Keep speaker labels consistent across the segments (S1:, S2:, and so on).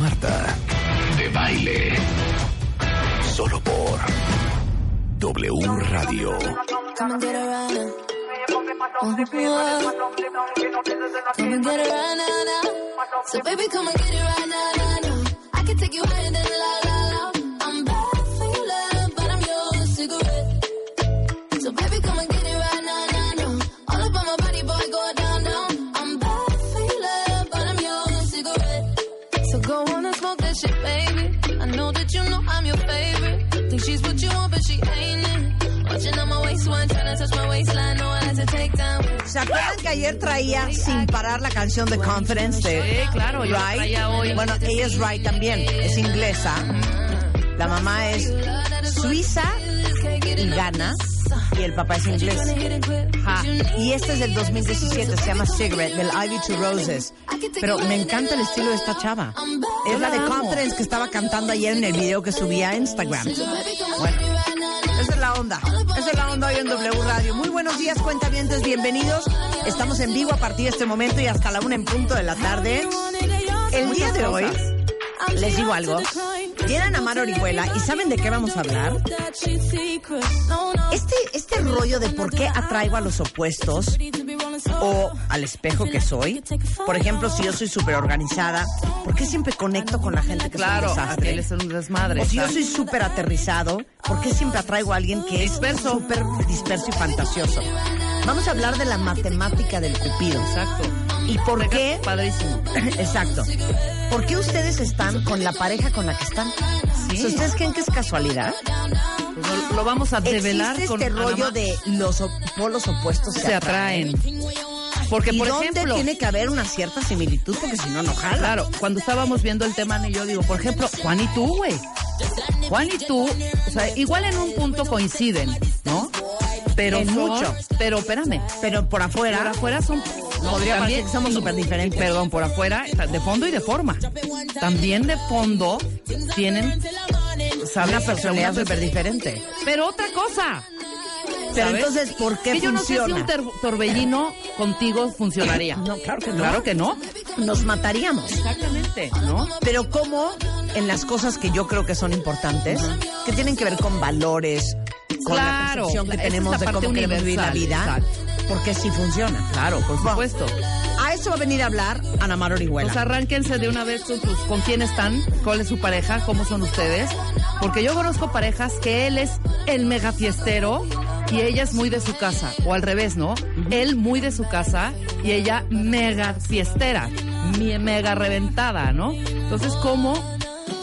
S1: Marta de baile. Solo por W Radio.
S2: Come and get her right now. Come and get her right now, now. So baby, come and get it right now, now, now. I can take you higher than la la la. I'm bad for you, love, but I'm your cigarette. So baby, come and get it right now, now, now. All up on my body, boy, go down, down. I'm bad for you, love, but I'm your cigarette. So go on and smoke that shit, baby. I know that you know I'm your favorite. Think she's what you want, but she ain't it. Watching on my waistline, trying to touch my waistline. No, I had to take down.
S3: ¿Se acuerdan que ayer traía sin parar la canción de Confidence de
S4: Sí, claro, yo la
S3: Rai?
S4: traía hoy.
S3: Bueno, ella es Rai también, es inglesa. La mamá es suiza y gana y el papá es inglés. Ajá. Y este es del 2017, se llama Cigarette, del Ivy to Roses. Pero me encanta el estilo de esta chava. Es la de Confidence que estaba cantando ayer en el video que subí a Instagram. Bueno, esa es la onda. Esa es la onda hoy en W Radio. Muy buenos días, cuentavientes, bienvenidos. Estamos en vivo a partir de este momento y hasta la una en punto de la tarde. El día de hoy, les digo algo. Vienen a Mar Orihuela y ¿saben de qué vamos a hablar? Este, este rollo de por qué atraigo a los opuestos o al espejo que soy. Por ejemplo, si yo soy súper organizada, ¿por qué siempre conecto con la gente que
S4: Claro,
S3: es un desastre?
S4: aquel es un desmadre.
S3: O si yo
S4: está.
S3: soy súper aterrizado, ¿por qué siempre atraigo a alguien que es súper disperso y fantasioso? Vamos a hablar de la matemática del cupido.
S4: Exacto.
S3: ¿Y por qué?
S4: Padrísimo.
S3: Exacto. ¿Por qué ustedes están con la pareja con la que están?
S4: Sí.
S3: Si ustedes creen que es casualidad,
S4: Pues lo, lo vamos a develar
S3: existe
S4: con
S3: este
S4: Ana
S3: rollo
S4: Ma-
S3: de los op- polos opuestos
S4: se atraen. Porque,
S3: ¿Y
S4: por
S3: dónde
S4: ejemplo,
S3: tiene que haber una cierta similitud? Porque si no, no jala.
S4: claro, cuando estábamos viendo el tema, Ana y yo digo, por ejemplo, Juan y tú, güey. Juan y tú, o sea, igual en un punto coinciden, ¿no? Pero
S3: En
S4: son-
S3: mucho.
S4: Pero espérame,
S3: Pero por afuera,
S4: por afuera son.
S3: podría parecer que somos súper
S4: Y
S3: diferentes.
S4: perdón, por afuera, de fondo y de forma. También de fondo tienen ¿sabes?
S3: Una personalidad
S4: O sea, una
S3: súper diferente.
S4: Pero otra cosa.
S3: Pero
S4: ¿sabes?
S3: entonces, ¿por qué
S4: que yo no sé si
S3: funciona?
S4: un ter- torbellino contigo funcionaría.
S3: No, claro que no.
S4: Claro que no.
S3: Nos mataríamos.
S4: Exactamente, ¿no?
S3: Pero cómo en las cosas que yo creo que son importantes, que tienen que ver con valores, con la
S4: Claro,
S3: percepción que
S4: esa es
S3: tenemos
S4: la
S3: de
S4: parte
S3: cómo queremos vivir la vida,
S4: universal,
S3: porque sí funciona.
S4: Claro, por
S3: Bueno,
S4: supuesto.
S3: a eso va a venir a hablar Ana Mar Orihuela.
S4: Pues arránquense de una vez con, sus- con quién están, cuál es su pareja, cómo son ustedes. Porque yo conozco parejas que él es el mega fiestero y ella es muy de su casa. O al revés, ¿no? Él muy de su casa y ella mega fiestera, mi- mega reventada, ¿no? Entonces, ¿cómo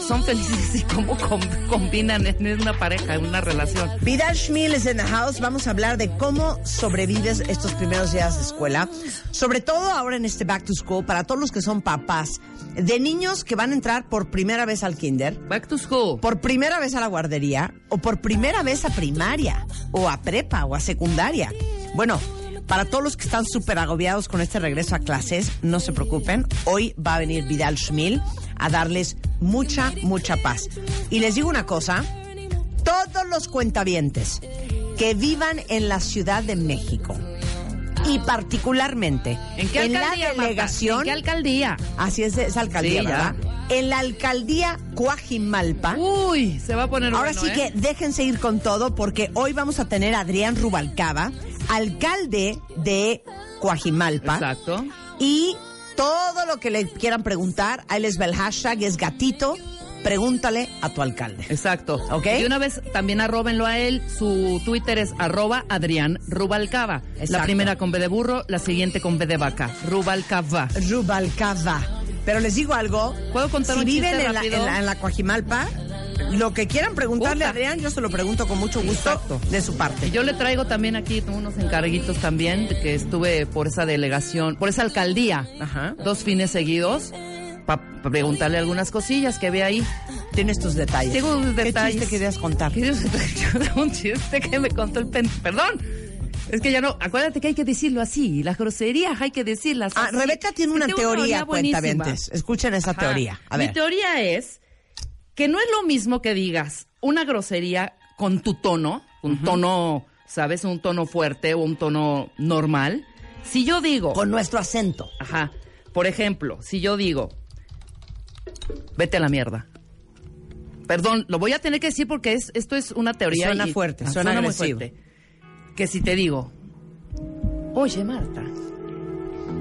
S4: son felices y cómo com- combinan en una pareja, en una relación?
S3: Vidal Schmil is in the house. Vamos a hablar de cómo sobrevives estos primeros días de escuela. Sobre todo ahora en este back to school, para todos los que son papás de niños que van a entrar por primera vez al kinder.
S4: Back to school.
S3: por primera vez a la guardería o por primera vez a primaria o a prepa o a secundaria. Bueno, para todos los que están súper agobiados con este regreso a clases, no se preocupen. Hoy va a venir Vidal Schmil a darles mucha, mucha paz. Y les digo una cosa, todos los cuentavientes que vivan en la Ciudad de México y particularmente
S4: ¿En qué
S3: la
S4: alcaldía, Marta?
S3: delegación...
S4: ¿En qué alcaldía?
S3: Así es, es alcaldía,
S4: Sí, ya.
S3: ¿verdad? En la alcaldía Cuajimalpa.
S4: Uy, se va a poner
S3: Ahora
S4: bueno,
S3: sí
S4: ¿eh?
S3: que déjense ir con todo porque hoy vamos a tener a Adrián Rubalcaba, alcalde de Coajimalpa.
S4: Exacto.
S3: Y todo lo que le quieran preguntar, ahí les va el hashtag, es gatito, pregúntale a tu alcalde.
S4: Exacto.
S3: ¿Ok?
S4: Y una vez también arrobenlo a él, su Twitter es arroba Adrián Rubalcaba.
S3: Exacto.
S4: La primera con B de burro, la siguiente con B de vaca. Rubalcaba.
S3: Rubalcaba. Pero les digo algo,
S4: ¿Puedo contar
S3: si
S4: un
S3: viven
S4: chiste
S3: en la,
S4: rápido?
S3: en la- en la Coajimalpa, lo que quieran preguntarle
S4: Puta.
S3: a Adrián, yo se lo pregunto con mucho gusto
S4: Exacto.
S3: de su parte.
S4: Y yo le traigo también aquí unos encarguitos también, que estuve por esa delegación, por esa alcaldía,
S3: Ajá.
S4: dos fines seguidos. para preguntarle algunas cosillas que ve ahí.
S3: Tienes tus detalles.
S4: Tengo unos
S3: ¿Qué
S4: detalles.
S3: chiste querías contar?
S4: Que Dios- un chiste que me contó el pen... Perdón. Es que ya no, acuérdate que hay que decirlo así, las groserías hay que decirlas
S3: Ah,
S4: así.
S3: Rebeca tiene una teoría,
S4: buenísima.
S3: cuentavientes. Escuchen esa
S4: Ajá.
S3: teoría. A
S4: Mi
S3: ver.
S4: teoría es que no es lo mismo que digas una grosería con tu tono, un tono, ¿sabes? Un tono fuerte o un tono normal. Si yo digo,
S3: Con nuestro acento.
S4: ajá, por ejemplo, si yo digo, vete a la mierda. Perdón, lo voy a tener que decir porque es, esto es una teoría.
S3: Suena fuerte,
S4: ah,
S3: suena
S4: muy
S3: agresivo.
S4: Que si te digo, oye Marta,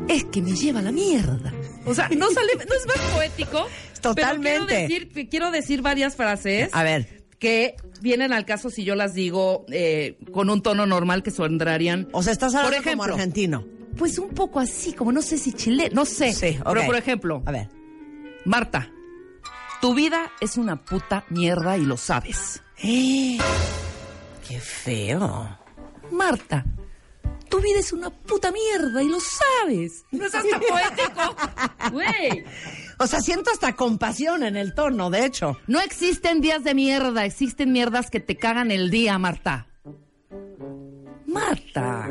S4: es que me lleva a la mierda. O sea, no sale, no es más poético. Pero
S3: Totalmente.
S4: quiero, decir, quiero decir varias frases
S3: A ver.
S4: que vienen al caso si yo las digo eh, con un tono normal que sonrarían.
S3: O sea, estás
S4: Por
S3: hablando como
S4: ejemplo,
S3: argentino.
S4: Pues un poco así, como no sé si chile, no sé.
S3: ok.
S4: Pero por ejemplo,
S3: A ver.
S4: Marta, tu vida es una puta mierda y lo sabes.
S3: ¡Eh! ¡Qué feo!
S4: Marta, tu vida es una puta mierda y lo sabes. No es hasta poético. Güey.
S3: O sea, siento hasta compasión en el tono, de hecho.
S4: No existen días de mierda, existen mierdas que te cagan el día, Marta. Marta.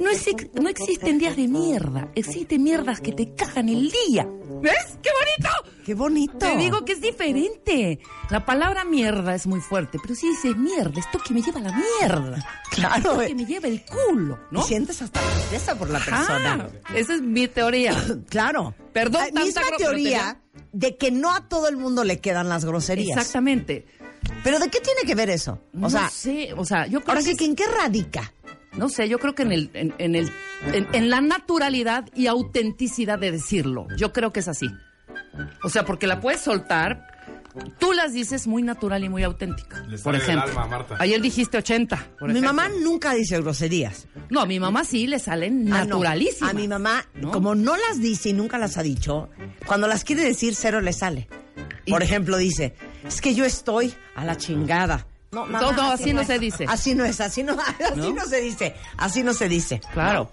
S4: No, es ex- no existen días de mierda, existen mierdas que te cagan el día. ¿Ves? ¡Qué bonito!
S3: ¡Qué bonito!
S4: Te digo que es diferente. La palabra mierda es muy fuerte, pero si dices mierda, esto que me lleva a la mierda.
S3: Claro,
S4: Esto
S3: eh.
S4: que me lleva el culo, ¿no?
S3: Y sientes hasta tristeza por la persona.
S4: Ah, esa es mi teoría.
S3: Claro.
S4: Perdón,
S3: Ah,
S4: tanta
S3: misma
S4: gro-
S3: teoría de que no a todo el mundo le quedan las groserías.
S4: Exactamente.
S3: Pero ¿de qué tiene que ver eso? O
S4: no
S3: sea,
S4: sé, o sea, yo creo
S3: ahora
S4: que
S3: sí
S4: es-
S3: que en qué radica.
S4: No sé, yo creo que en el, en, en el, en, en la naturalidad y autenticidad de decirlo. Yo creo que es así. O sea, porque la puedes soltar, tú las dices muy natural y muy auténtica.
S5: Le sale
S4: por
S5: del
S4: ejemplo,
S5: alma a Marta.
S4: ayer dijiste 80. por
S3: Mi
S4: ejemplo.
S3: mamá nunca dice groserías.
S4: No, a mi mamá sí le salen
S3: Ah, no.
S4: naturalísimas.
S3: A mi mamá,
S4: ¿no?
S3: como no las dice y nunca las ha dicho, cuando las quiere decir, cero le sale. Por
S4: Y-
S3: ejemplo, dice, es que yo estoy a la chingada. No, mamá,
S4: No, no, así no se dice.
S3: Así no es, así no, así
S4: ¿No?
S3: ¿No? se dice, así no se dice.
S4: Claro.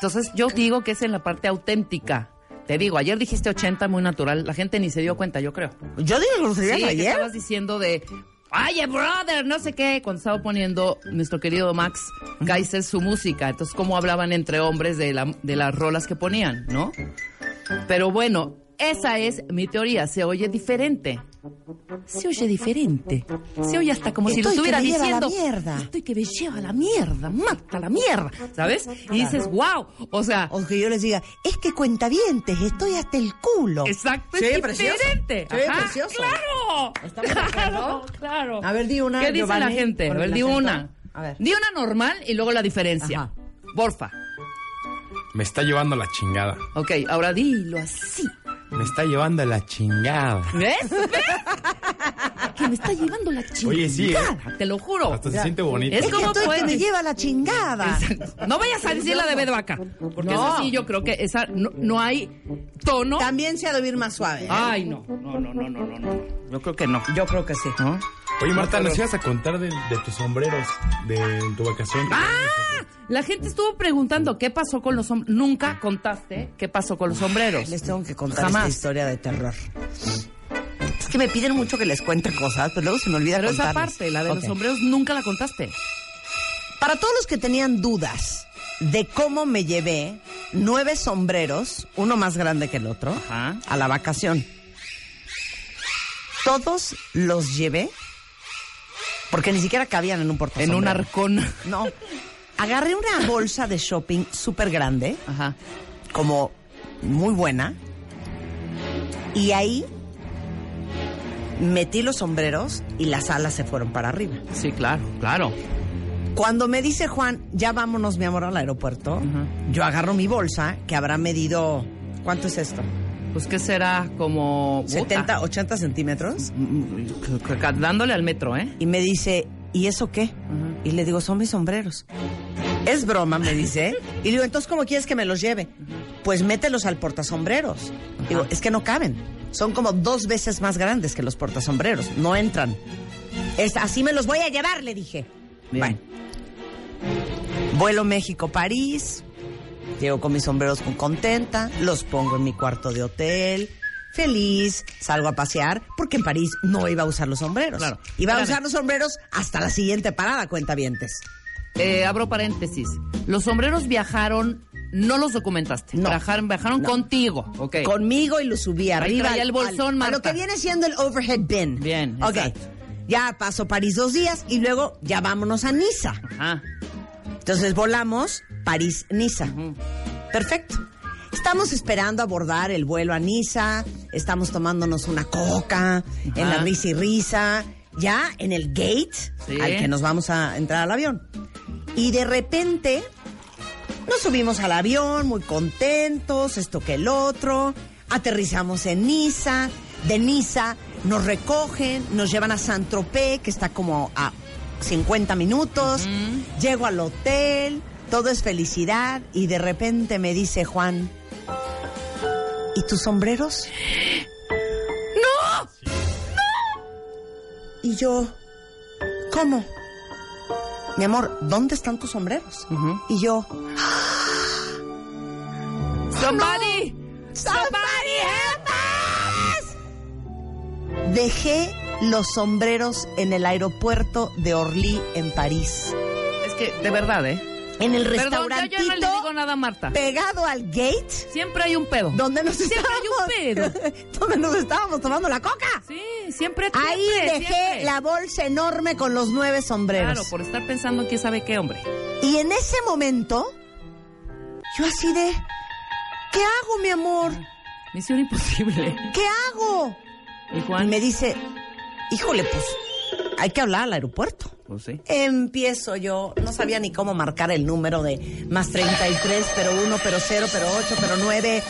S4: Entonces yo digo que es en la parte auténtica. Te digo, ayer dijiste 80 muy natural. La gente ni se dio cuenta, yo creo.
S3: Yo dije groserías
S4: Sí, que
S3: ayer.
S4: estabas diciendo de, oye, brother, no sé qué, cuando estaba poniendo nuestro querido Max Kaiser su música. Entonces, cómo hablaban entre hombres de, la- de las rolas que ponían, ¿no? Pero bueno, esa es mi teoría. Se oye diferente. Se oye diferente. Se oye hasta como si lo
S3: Estoy que
S4: estuviera
S3: me lleva a la
S4: diciendo.
S3: mierda.
S4: Estoy que me lleva a la mierda, mata la mierda, ¿sabes? Y dices, wow, o sea,
S3: O que yo les diga, es que cuentavientes, estoy hasta el culo.
S4: Exacto,
S3: Se
S4: es
S3: oye precioso.
S4: diferente.
S3: Se oye
S4: Ajá,
S3: precioso.
S4: ¡Claro!
S3: ¿Estamos de
S4: claro,
S3: acuerdo?
S4: claro.
S3: A ver, di una,
S4: ¿Qué dice
S3: Giovanni,
S4: la gente? A
S3: por
S4: ver,
S3: el
S4: di
S3: acento.
S4: una.
S3: A ver.
S4: Di una normal y luego la diferencia.
S3: Ajá.
S4: Porfa.
S5: Me está llevando la chingada.
S4: Ok, ahora dilo así.
S5: Me está llevando la chingada.
S4: ¿Ves? ¿Ves? que me está llevando la chingada.
S5: Oye, sí, ¿eh?
S4: Te lo juro.
S5: Hasta se siente bonito.
S4: Es
S3: Es que
S4: como
S3: estoy que
S4: puedes.
S3: me lleva a la chingada.
S4: Exacto. No vayas a decir la de Bedvaca. Porque
S3: No.
S4: esa sí, yo creo que esa no, no hay tono.
S3: También se ha de oír más suave. ¿eh?
S4: Ay, no. No, no, no, no, no, no. Yo creo que no.
S3: Yo creo que sí.
S4: ¿No?
S5: Oye, Marta, nos ibas a contar de, de tus sombreros de en tu vacación.
S4: ¡Ah! La gente estuvo preguntando qué pasó con los hombres. Nunca contaste qué pasó con los sombreros.
S3: Les tengo que contar esta
S4: Jamás.
S3: historia de terror. Es que me piden mucho que les cuente cosas, pero luego se me olvida
S4: Pero esa
S3: contarles.
S4: parte, la de los
S3: Ok.
S4: sombreros, nunca la contaste.
S3: Para todos los que tenían dudas de cómo me llevé nueve sombreros, uno más grande que el otro,
S4: Ajá.
S3: a la vacación. Todos los llevé porque ni siquiera cabían en un porta
S4: En un arcón.
S3: No. Agarré una bolsa de shopping súper grande.
S4: Ajá.
S3: como muy buena. Y ahí metí los sombreros y las alas se fueron para arriba.
S4: Sí, claro, claro.
S3: Cuando me dice Juan, ya vámonos, mi amor, al aeropuerto,
S4: Ajá.
S3: yo agarro mi bolsa, que habrá medido, ¿cuánto es esto?
S4: Pues que será como. puta,
S3: 70, 80 centímetros.
S4: mm, c- c- Dándole al metro, ¿eh?
S3: Y me dice, ¿y eso qué? Y le digo, son mis sombreros. Es broma, me dice. Y digo, entonces, ¿cómo quieres que me los lleve? Pues mételos al portasombreros. Digo, es que no caben. Son como dos veces más grandes que los portasombreros. No entran. Es, así me los voy a llevar, le dije.
S4: Bien.
S3: Bueno. Vuelo México-París. Llego con mis sombreros con contenta. Los pongo en mi cuarto de hotel. feliz, salgo a pasear, porque en París no iba a usar los sombreros.
S4: Claro.
S3: Iba a
S4: Espérame.
S3: usar los sombreros hasta la siguiente parada, cuenta vientes.
S4: Eh, abro paréntesis. Los sombreros viajaron, no los documentaste.
S3: No.
S4: Viajaron, viajaron
S3: No.
S4: conmigo. Ok.
S3: Conmigo y lo subí arriba.
S4: traía el
S3: al-
S4: bolsón,
S3: al- a lo
S4: Marta.
S3: que viene siendo el overhead bin.
S4: Bien,
S3: Ok.
S4: exacto.
S3: Ya pasó París dos días y luego ya vámonos a Niza.
S4: Ajá.
S3: Entonces volamos París-Niza. Perfecto. Estamos esperando abordar el vuelo a Niza, estamos tomándonos una coca en la risa y risa, ya en el gate
S4: Sí.
S3: al que nos vamos a entrar al avión. Y de repente nos subimos al avión muy contentos, esto que el otro, aterrizamos en Niza, de Niza nos recogen, nos llevan a Saint-Tropez, que está como a 50 minutos, llego al hotel, todo es felicidad y de repente me dice Juan, ¿y tus sombreros? ¡No! ¡No! Y yo, ¿cómo? Mi amor, ¿dónde están tus sombreros?
S4: Ujú.
S3: Y yo,
S4: Somebody.
S3: Somebody help us! Dejé los sombreros en el aeropuerto de Orly, en París.
S4: Es que, de verdad, ¿eh?
S3: En el
S4: Perdón, yo
S3: restaurantito
S4: ya no le digo nada a Marta.
S3: pegado al gate
S4: Siempre hay un pedo.
S3: donde nos
S4: Siempre hay un
S3: estábamos, donde nos estábamos tomando la coca.
S4: Sí, siempre.
S3: Ahí
S4: siempre,
S3: dejé
S4: siempre.
S3: la bolsa enorme con los nueve sombreros.
S4: Claro, por estar pensando en quién sabe qué, hombre.
S3: Y en ese momento, yo así de, ¿qué hago, mi amor?
S4: Misión imposible.
S3: ¿Qué hago?
S4: ¿Y
S3: Y
S4: Juan?
S3: me dice, híjole, pues hay que hablar al aeropuerto.
S4: Pues sí.
S3: Empiezo yo, no sabía ni cómo marcar el número de más 33, pero 1, pero 0, pero 8, pero 9.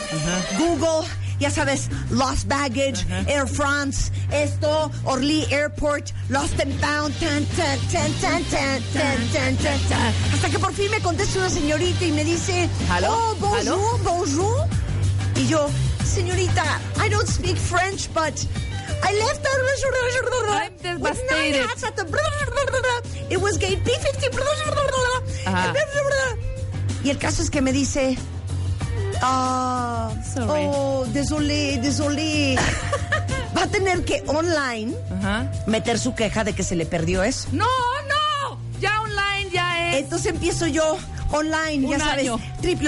S3: Google, ya sabes, Lost Baggage, Air France, esto, Orly Airport, Lost and Found, tan, tan, tan, tan, tan, tan, tan, tan, tan. Hasta que por fin me contesta una señorita y me dice,
S4: ¿Aló?
S3: oh,
S4: ¿Aló?
S3: bonjour, bonjour. Y yo, señorita, I don't speak French, but I left
S4: I'm
S3: the... with nine
S4: devastated.
S3: hats at the... It was gate B50.
S4: Ajá.
S3: Y el caso es que me dice... Ah,
S4: Sorry.
S3: oh, désolé, désolé. Va a tener que online
S4: Ajá.
S3: meter su queja de que se le perdió eso.
S4: No, no. Ya online ya es.
S3: Entonces empiezo yo online, ya
S4: Un
S3: sabes,
S4: año.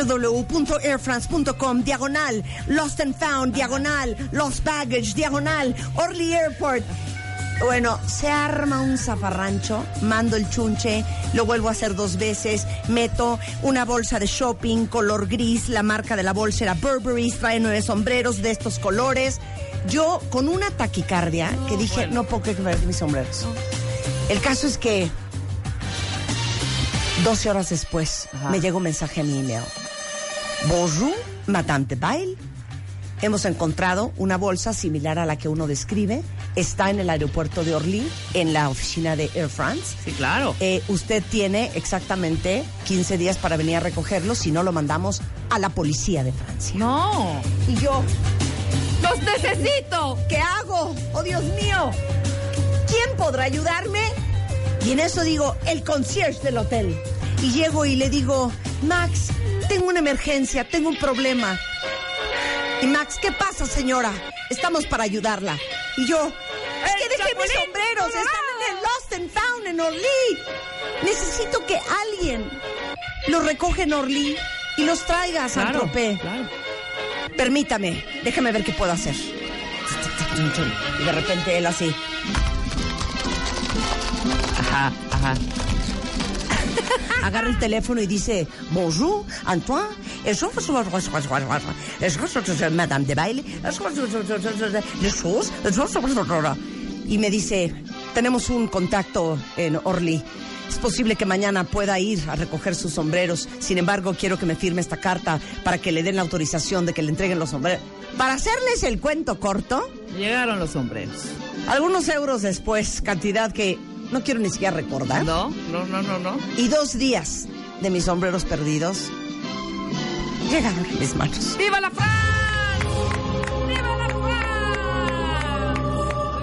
S3: www.airfrance.com, diagonal, Lost and Found, diagonal, Lost Baggage, diagonal, Orly Airport. Bueno, se arma un zafarrancho, mando el chunche, lo vuelvo a hacer dos veces, meto una bolsa de shopping, color gris, la marca de la bolsa era Burberry, trae nueve sombreros de estos colores. Yo con una taquicardia que dije,
S4: bueno.
S3: no puedo creer que me perdí mis sombreros. El caso es que 12 horas después
S4: Ajá.
S3: me llegó un mensaje a mi email. Bonjour, Madame de Bail. Hemos encontrado una bolsa similar a la que uno describe. Está en el aeropuerto de Orly, en la oficina de Air France.
S4: Sí, claro.
S3: Eh, usted tiene exactamente 15 días para venir a recogerlo, si no lo mandamos a la policía de Francia.
S4: No.
S3: Y yo,
S4: ¡Los necesito!
S3: ¿Qué hago? ¡Oh, Dios mío! ¿Quién podrá ayudarme? Y en eso digo, el concierge del hotel. Y llego y le digo, Max, tengo una emergencia, tengo un problema. Y Max, ¿qué pasa, señora? Estamos para ayudarla. Y yo, es que
S4: ¡El
S3: dejé mis
S4: chapulín
S3: sombreros,
S4: colorado!
S3: están en el Lost and Found en Orly. Necesito que alguien los recoge en Orly y los traiga a San
S4: Claro, claro.
S3: Permítame, déjame ver qué puedo hacer. Y de repente él así.
S4: Ajá, ajá.
S3: agarra el teléfono y dice, bonjour, Antoine, es madame de baile, les choses, les choses". y me dice, tenemos un contacto en Orly. Es posible que mañana pueda ir a recoger sus sombreros. Sin embargo, quiero que me firme esta carta para que le den la autorización de que le entreguen los sombreros. Para hacerles el cuento corto,
S4: Llegaron los sombreros.
S3: algunos euros después, cantidad que no quiero ni siquiera recordar
S4: No, no, no, no, no.
S3: y dos días de mis sombreros perdidos llegaron a mis manos.
S4: ¡Viva la Fran! ¡Viva la Fran!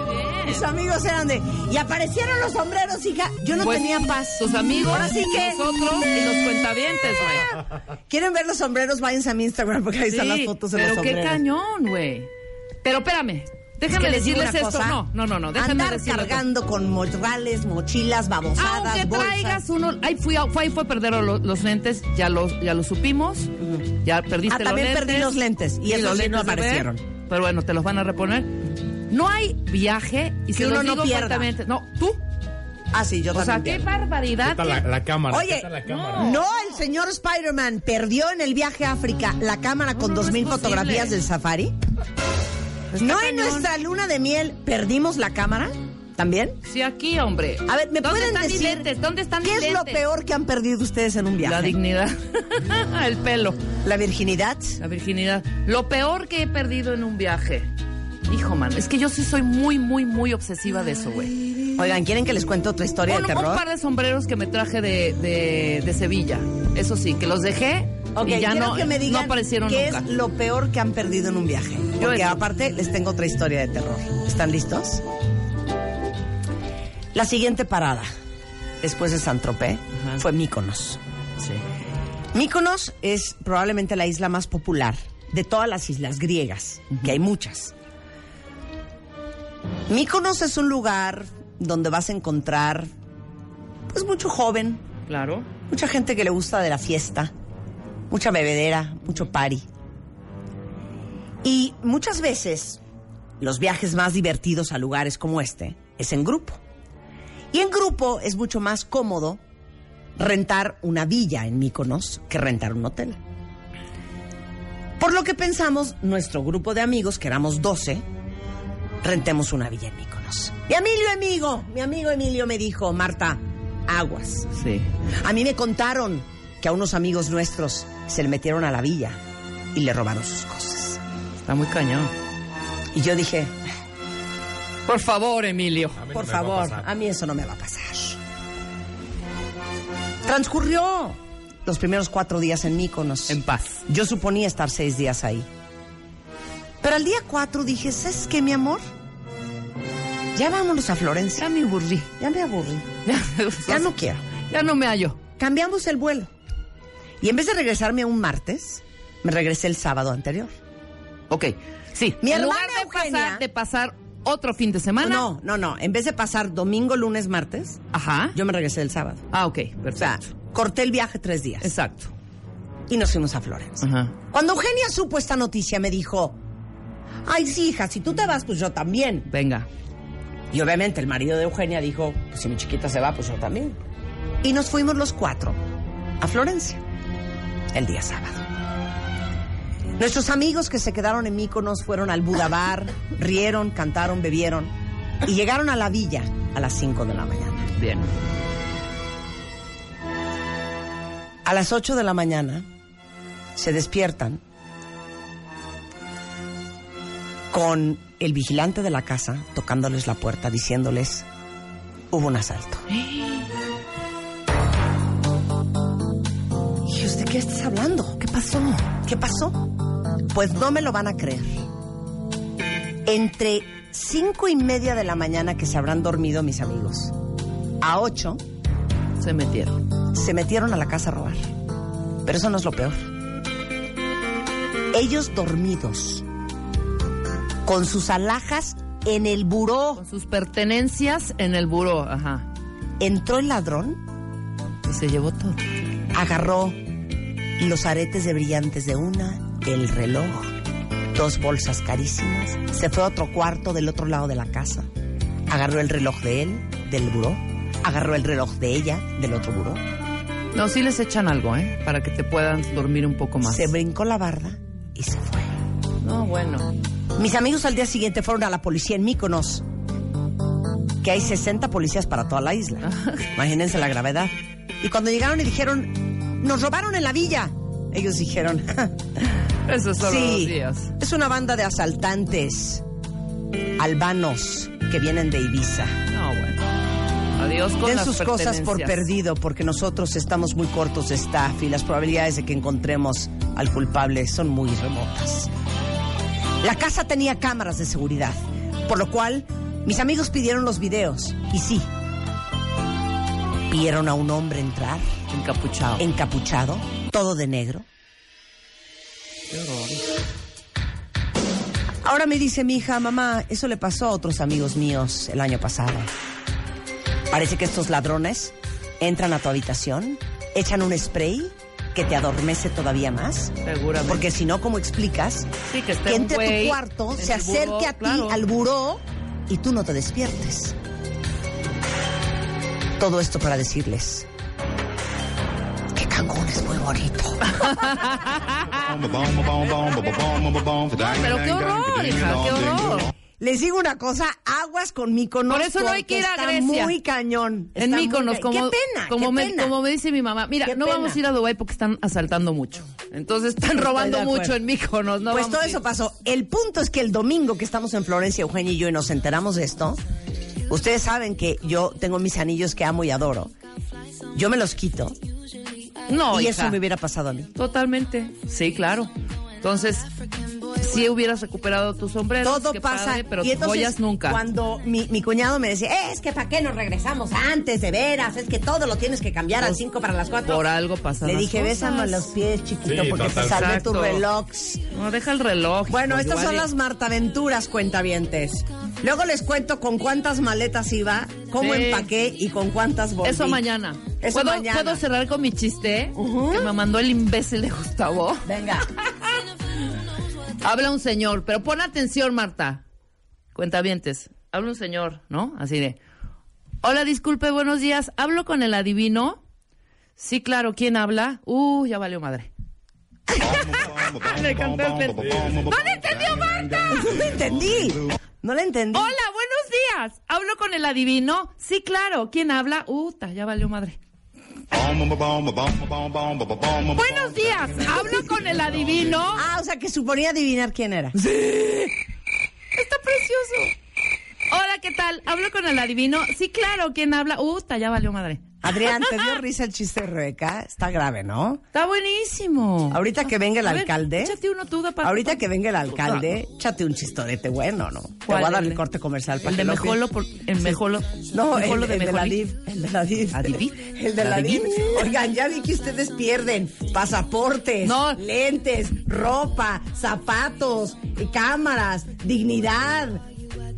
S4: Muy bien.
S3: Mis amigos eran de. Y aparecieron los sombreros, hija. Yo no
S4: Pues,
S3: tenía paz.
S4: Sus amigos,
S3: Ahora sí que.
S4: nosotros y los cuentavientes, güey.
S3: ¿Quieren ver los sombreros? Váyanse a mi Instagram porque ahí están las
S4: Sí,
S3: fotos de
S4: pero
S3: los
S4: qué
S3: sombreros.
S4: cañón, güey. Pero espérame, déjenme
S3: Es que les digo
S4: decirles
S3: una
S4: esto.
S3: cosa,
S4: no, no, no, no, déjenme
S3: Andar
S4: decirles.
S3: cargando con morrales, mochilas, babosadas,
S4: Aunque
S3: bolsas.
S4: traigas uno, ahí fui, a- fue, ahí fue perder lo- los, lentes, ya los, ya lo supimos, ya perdiste
S3: Ah,
S4: los
S3: también
S4: lentes.
S3: perdí los lentes, y esos
S4: los
S3: sí no
S4: lentes de ver,
S3: aparecieron.
S4: pero bueno, te los van a reponer. No hay viaje y se
S3: uno
S4: los
S3: no
S4: digo
S3: pierda.
S4: exactamente. No, tú.
S3: Ah, sí, yo
S4: O sea, qué
S3: también.
S4: barbaridad.
S5: Está la,
S4: que-
S5: la cámara.
S3: Oye,
S5: está la cámara.
S3: No, el señor Spider-Man perdió en el viaje a África la cámara con
S4: No, no,
S3: dos
S4: no
S3: mil
S4: es posible. Pues
S3: fotografías del safari.
S4: Está
S3: No en
S4: cañón.
S3: nuestra luna de miel perdimos la cámara también.
S4: Sí, aquí, hombre.
S3: A ver, ¿me
S4: ¿Dónde
S3: pueden
S4: están mis
S3: decir
S4: lentes? ¿Dónde están
S3: qué
S4: mis
S3: es lo
S4: lentes?
S3: peor que han perdido ustedes en un viaje?
S4: La dignidad. el pelo.
S3: La virginidad.
S4: La virginidad. Lo peor que he perdido en un viaje. Hijo, man, es que yo sí soy muy, muy, muy obsesiva de eso, güey.
S3: Oigan, ¿quieren que les cuente otra historia
S4: Un,
S3: de
S4: un
S3: terror?
S4: par de sombreros que me traje de, de- de Sevilla. Eso sí, que los dejé
S3: Ok,
S4: y ya
S3: quiero
S4: no,
S3: que me digan
S4: no aparecieron
S3: qué
S4: nunca.
S3: es lo peor que han perdido en un viaje.
S4: Yo
S3: Porque
S4: eso.
S3: aparte les tengo otra historia de terror. ¿Están listos? La siguiente parada, después de San Tropez,
S4: Ajá.
S3: fue Míconos.
S4: Sí.
S3: Míconos es probablemente la isla más popular de todas las islas griegas, que hay muchas. Míconos es un lugar donde vas a encontrar pues mucho joven,
S4: Claro.
S3: mucha gente que le gusta de la fiesta, mucha bebedera, mucho party. Y muchas veces los viajes más divertidos a lugares como este es en grupo. Y en grupo es mucho más cómodo rentar una villa en Míconos que rentar un hotel. Por lo que pensamos, nuestro grupo de amigos, que éramos 12, rentemos una villa en Míconos. Mi Emilio, amigo, mi amigo Emilio me dijo, Marta, aguas.
S4: Sí.
S3: A mí me contaron que a unos amigos nuestros se le metieron a la villa y le robaron sus cosas.
S4: Está muy cañón.
S3: Y yo dije,
S4: Por favor, Emilio.
S5: A mí no
S3: por
S5: me va a
S3: favor,
S5: pasar.
S3: a mí eso no me va a pasar. Transcurrió los primeros cuatro días en Míconos.
S4: En paz.
S3: Yo suponía estar seis días ahí. Pero al día cuatro dije, ¿sabes qué, mi amor? Ya vámonos a Florencia.
S4: Ya me aburrí.
S3: Ya me aburrí. Ya no quiero.
S4: Ya no me hallo.
S3: Cambiamos el vuelo. Y en vez de regresarme un martes, me regresé el sábado anterior.
S4: Ok, sí.
S3: Mi
S4: en lugar
S3: hermana
S4: de
S3: Eugenia-
S4: pasar, de pasar otro fin de semana.
S3: No, no, no. En vez de pasar domingo, lunes, martes,
S4: Ajá.
S3: yo me regresé el sábado.
S4: Ah, ok,
S3: O sea,
S4: perfecto.
S3: corté el viaje tres días
S4: Exacto.
S3: y nos fuimos a Florence.
S4: Ajá.
S3: Cuando Eugenia supo esta noticia, me dijo: Ay, sí, hija, si tú te vas, pues yo también.
S4: Venga.
S3: Y obviamente el marido de Eugenia dijo, "Pues si mi chiquita se va, pues yo también. Y nos fuimos los cuatro a Florencia el día sábado. Nuestros amigos que se quedaron en Míconos fueron al Budabar, rieron, cantaron, bebieron y llegaron a la villa a las 5 de la mañana.
S4: Bien.
S3: A las 8 de la mañana se despiertan con el vigilante de la casa tocándoles la puerta diciéndoles hubo un asalto. Hijos, ¿de qué estás hablando? ¿Qué pasó? ¿Qué pasó? Pues no me lo van a creer. Entre cinco y media de la mañana que se habrán dormido mis amigos, a ocho
S4: Se metieron.
S3: se metieron a la casa a robar. Pero eso no es lo peor. Ellos dormidos, con sus alhajas en el buró,
S4: Con sus pertenencias en el buró. Ajá.
S3: entró el ladrón,
S4: Y se llevó todo.
S3: agarró los aretes de brillantes de una, el reloj, dos bolsas carísimas, se fue a otro cuarto del otro lado de la casa, agarró el reloj de él, del buró, agarró el reloj de ella, del otro buró,
S4: No, sí les echan algo, ¿eh? Para que te puedan dormir un poco más.
S3: se brincó la barda y se fue.
S4: No, bueno.
S3: Mis amigos al día siguiente fueron a la policía en Míconos, que hay 60 policías para toda la isla. Imagínense la gravedad. Y cuando llegaron y dijeron, nos robaron en la villa, ellos dijeron,
S4: Eso solo dos
S3: sí,
S4: días.
S3: es una banda de asaltantes albanos que vienen de Ibiza.
S4: No, bueno. Adiós con
S3: Den
S4: las
S3: sus cosas por
S4: pertenencias.
S3: perdido porque nosotros estamos muy cortos de staff y las probabilidades de que encontremos al culpable son muy remotas. La casa tenía cámaras de seguridad, por lo cual mis amigos pidieron los videos y sí, vieron a un hombre entrar
S4: Encapuchado.
S3: encapuchado, todo de negro. Ahora me dice mi hija, mamá, eso le pasó a otros amigos míos el año pasado. Parece que estos ladrones entran a tu habitación, echan un spray que te adormece todavía más.
S4: Seguramente.
S3: Porque si no, ¿cómo explicas
S4: Sí, que esté
S3: que
S4: un
S3: entre a
S4: güey
S3: tu cuarto,
S4: en
S3: se
S4: el buró,
S3: acerque a ti
S4: claro.
S3: al buró y tú no te despiertes? Todo esto para decirles que Cancún es muy bonito.
S4: Pero qué horror, hija, qué horror.
S3: Les digo una cosa, aguas con Míconos.
S4: Por eso no hay
S3: porque
S4: que ir a
S3: está
S4: Grecia.
S3: muy cañón.
S4: En
S3: Está muy
S4: Míconos,
S3: ca-
S4: como,
S3: qué pena,
S4: como,
S3: qué
S4: me,
S3: pena.
S4: como me dice mi mamá, mira,
S3: Qué
S4: no
S3: pena.
S4: vamos a ir a Dubái porque están asaltando mucho. Entonces están robando
S3: de
S4: mucho
S3: acuerdo.
S4: en Míconos. No
S3: pues
S4: vamos
S3: todo
S4: a ir.
S3: eso pasó. El punto es que el domingo que estamos en Florencia, Eugenia y yo, y nos enteramos de esto, ustedes saben que yo tengo mis anillos que amo y adoro. Yo me los quito
S4: No,
S3: y
S4: hija.
S3: eso me hubiera pasado a mí.
S4: Totalmente. Sí, claro. Entonces, si hubieras recuperado tus sombreros,
S3: Todo
S4: qué
S3: pasa.
S4: padre, pero
S3: y
S4: tus
S3: entonces,
S4: joyas nunca.
S3: Cuando mi, mi cuñado me decía, "Eh, es que ¿para qué nos regresamos antes de veras? Es que todo lo tienes que cambiar al 5 para las 4.
S4: Pues, Por algo pasan
S3: Le
S4: las
S3: dije,
S4: cosas.
S3: bésame los pies, chiquito,
S5: Sí,
S3: porque te
S5: total.
S3: salvé tu
S4: Exacto.
S3: reloj.
S4: No, deja el reloj.
S3: Bueno,
S4: hijo,
S3: estas
S4: igual
S3: son
S4: y-
S3: las martaventuras, cuentavientes. Luego les cuento con cuántas maletas iba, cómo
S4: Sí.
S3: empaqué y con cuántas volví.
S4: Eso mañana.
S3: Eso
S4: ¿Puedo,
S3: mañana.
S4: ¿Puedo cerrar con mi chiste?
S3: Ujú.
S4: Que me mandó el imbécil de Gustavo.
S3: Venga.
S4: Habla un señor, pero pon atención, Marta. Cuentavientes. Habla un señor, ¿no? Así de. Hola, disculpe, buenos días. ¿Hablo con el adivino? Sí, claro, ¿quién habla? Uh, ya valió madre.
S3: No le entendí. No le entendí.
S4: Hola, buenos días. ¿Hablo con el adivino? Sí, claro. ¿Quién habla? Uh, ta, ya valió madre. Buenos días. ¿Hablo con el adivino?
S3: Ah, o sea que suponía adivinar quién era.
S4: Está precioso. Hola, ¿qué tal? ¿Hablo con el adivino? Sí, claro. ¿Quién habla? Uh, ta, ya valió madre.
S3: Adrián, te dio risa el chiste de Rebeca. Está grave, ¿no?
S4: Está buenísimo.
S3: Ahorita que venga el
S4: A ver,
S3: alcalde.
S4: échate uno tú, da pa-
S3: Ahorita
S4: pa-
S3: que venga el alcalde, échate un chistorete bueno, ¿no? Te voy
S4: ¿Cuál,
S3: a dar
S4: el
S3: el
S4: de-
S3: corte comercial para
S4: El
S3: que
S4: de
S3: lo
S4: Mejolo,
S3: pienses.
S4: por- el Mejolo.
S3: No, el,
S4: Mejolo
S3: el de la
S4: Mejolí.
S3: DIV. El de la DIV.
S4: ¿Adiví?
S3: El de la
S4: ¿Adiví?
S3: DIV. Oigan, ya vi que ustedes pierden pasaportes,
S4: No.
S3: lentes, ropa, zapatos, eh, cámaras, dignidad.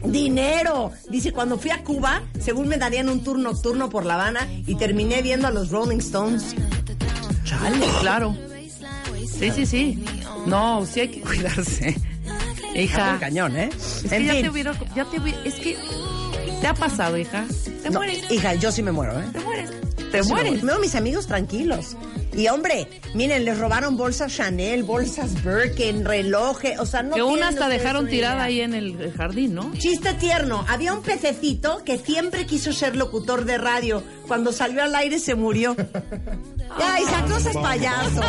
S3: Dinero. Dice, cuando fui a Cuba, según me darían un tour nocturno por La Habana y terminé viendo a los Rolling Stones.
S4: Chale, claro. Sí, sí, sí. No, sí hay que cuidarse.
S3: Está
S4: Hija.
S3: muy cañón, ¿eh?
S4: Es que
S3: En
S4: ya
S3: fin.
S4: te hubiera- ya te hubiera- es que te ha pasado, hija. Te
S3: No,
S4: mueres,
S3: hija, yo sí me muero, ¿eh?
S4: te mueres, te
S3: Sí,
S4: mueres.
S3: No, mis amigos tranquilos. Y hombre, miren, les robaron bolsas Chanel, bolsas Birkin, relojes, o sea, no
S4: que una
S3: tienen
S4: hasta
S3: ustedes
S4: dejaron
S3: una
S4: tirada
S3: idea.
S4: ahí en el jardín, ¿no?
S3: Chiste tierno, había un pececito que siempre quiso ser locutor de radio. Cuando salió al aire se murió. Ay, sacó es payaso.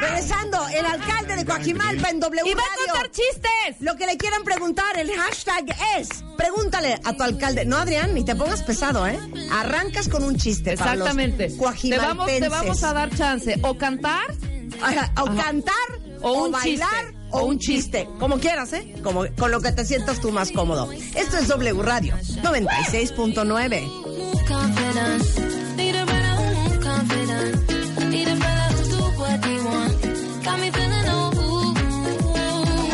S3: Regresando, el alcalde de Coajimalpa en W
S4: ¡Y va a
S3: Radio.
S4: contar chistes!
S3: Lo que le quieran preguntar, el hashtag es pregúntale a tu alcalde. No, Adrián, ni te pongas pesado, ¿eh? Arrancas con un chiste. para los
S4: Exactamente. Te vamos, te
S3: cuajimalpenses.
S4: vamos a dar chance. O cantar.
S3: Ajá, O cantar,
S4: O
S3: o,
S4: un
S3: bailar,
S4: chiste.
S3: o un chiste. Como quieras, ¿eh? Como, con lo que te sientas tú más cómodo. Esto es W Radio 96.9.
S2: Move confidence. Need a brother who move confident. Need a brother who do what they want. Got me feeling oh,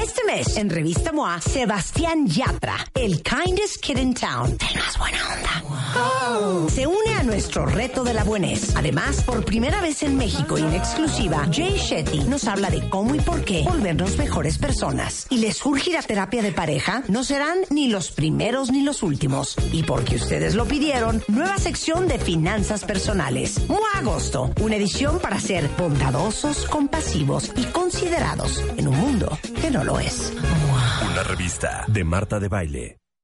S6: Este mes, en Revista MOA, Sebastián Yatra, el kindest kid in town, el más buena onda, se une a nuestro reto de la buenez. Además, por primera vez en México y en exclusiva, Jay Shetty nos habla de cómo y por qué volvernos mejores personas. ¿Y les surgirá terapia de pareja? No serán ni los primeros ni los últimos. Y porque ustedes lo pidieron, nueva sección de finanzas personales. MOA Agosto, una edición para ser bondadosos, compasivos y considerados en un mundo que no lo es.
S1: Una revista de Marta de Baile.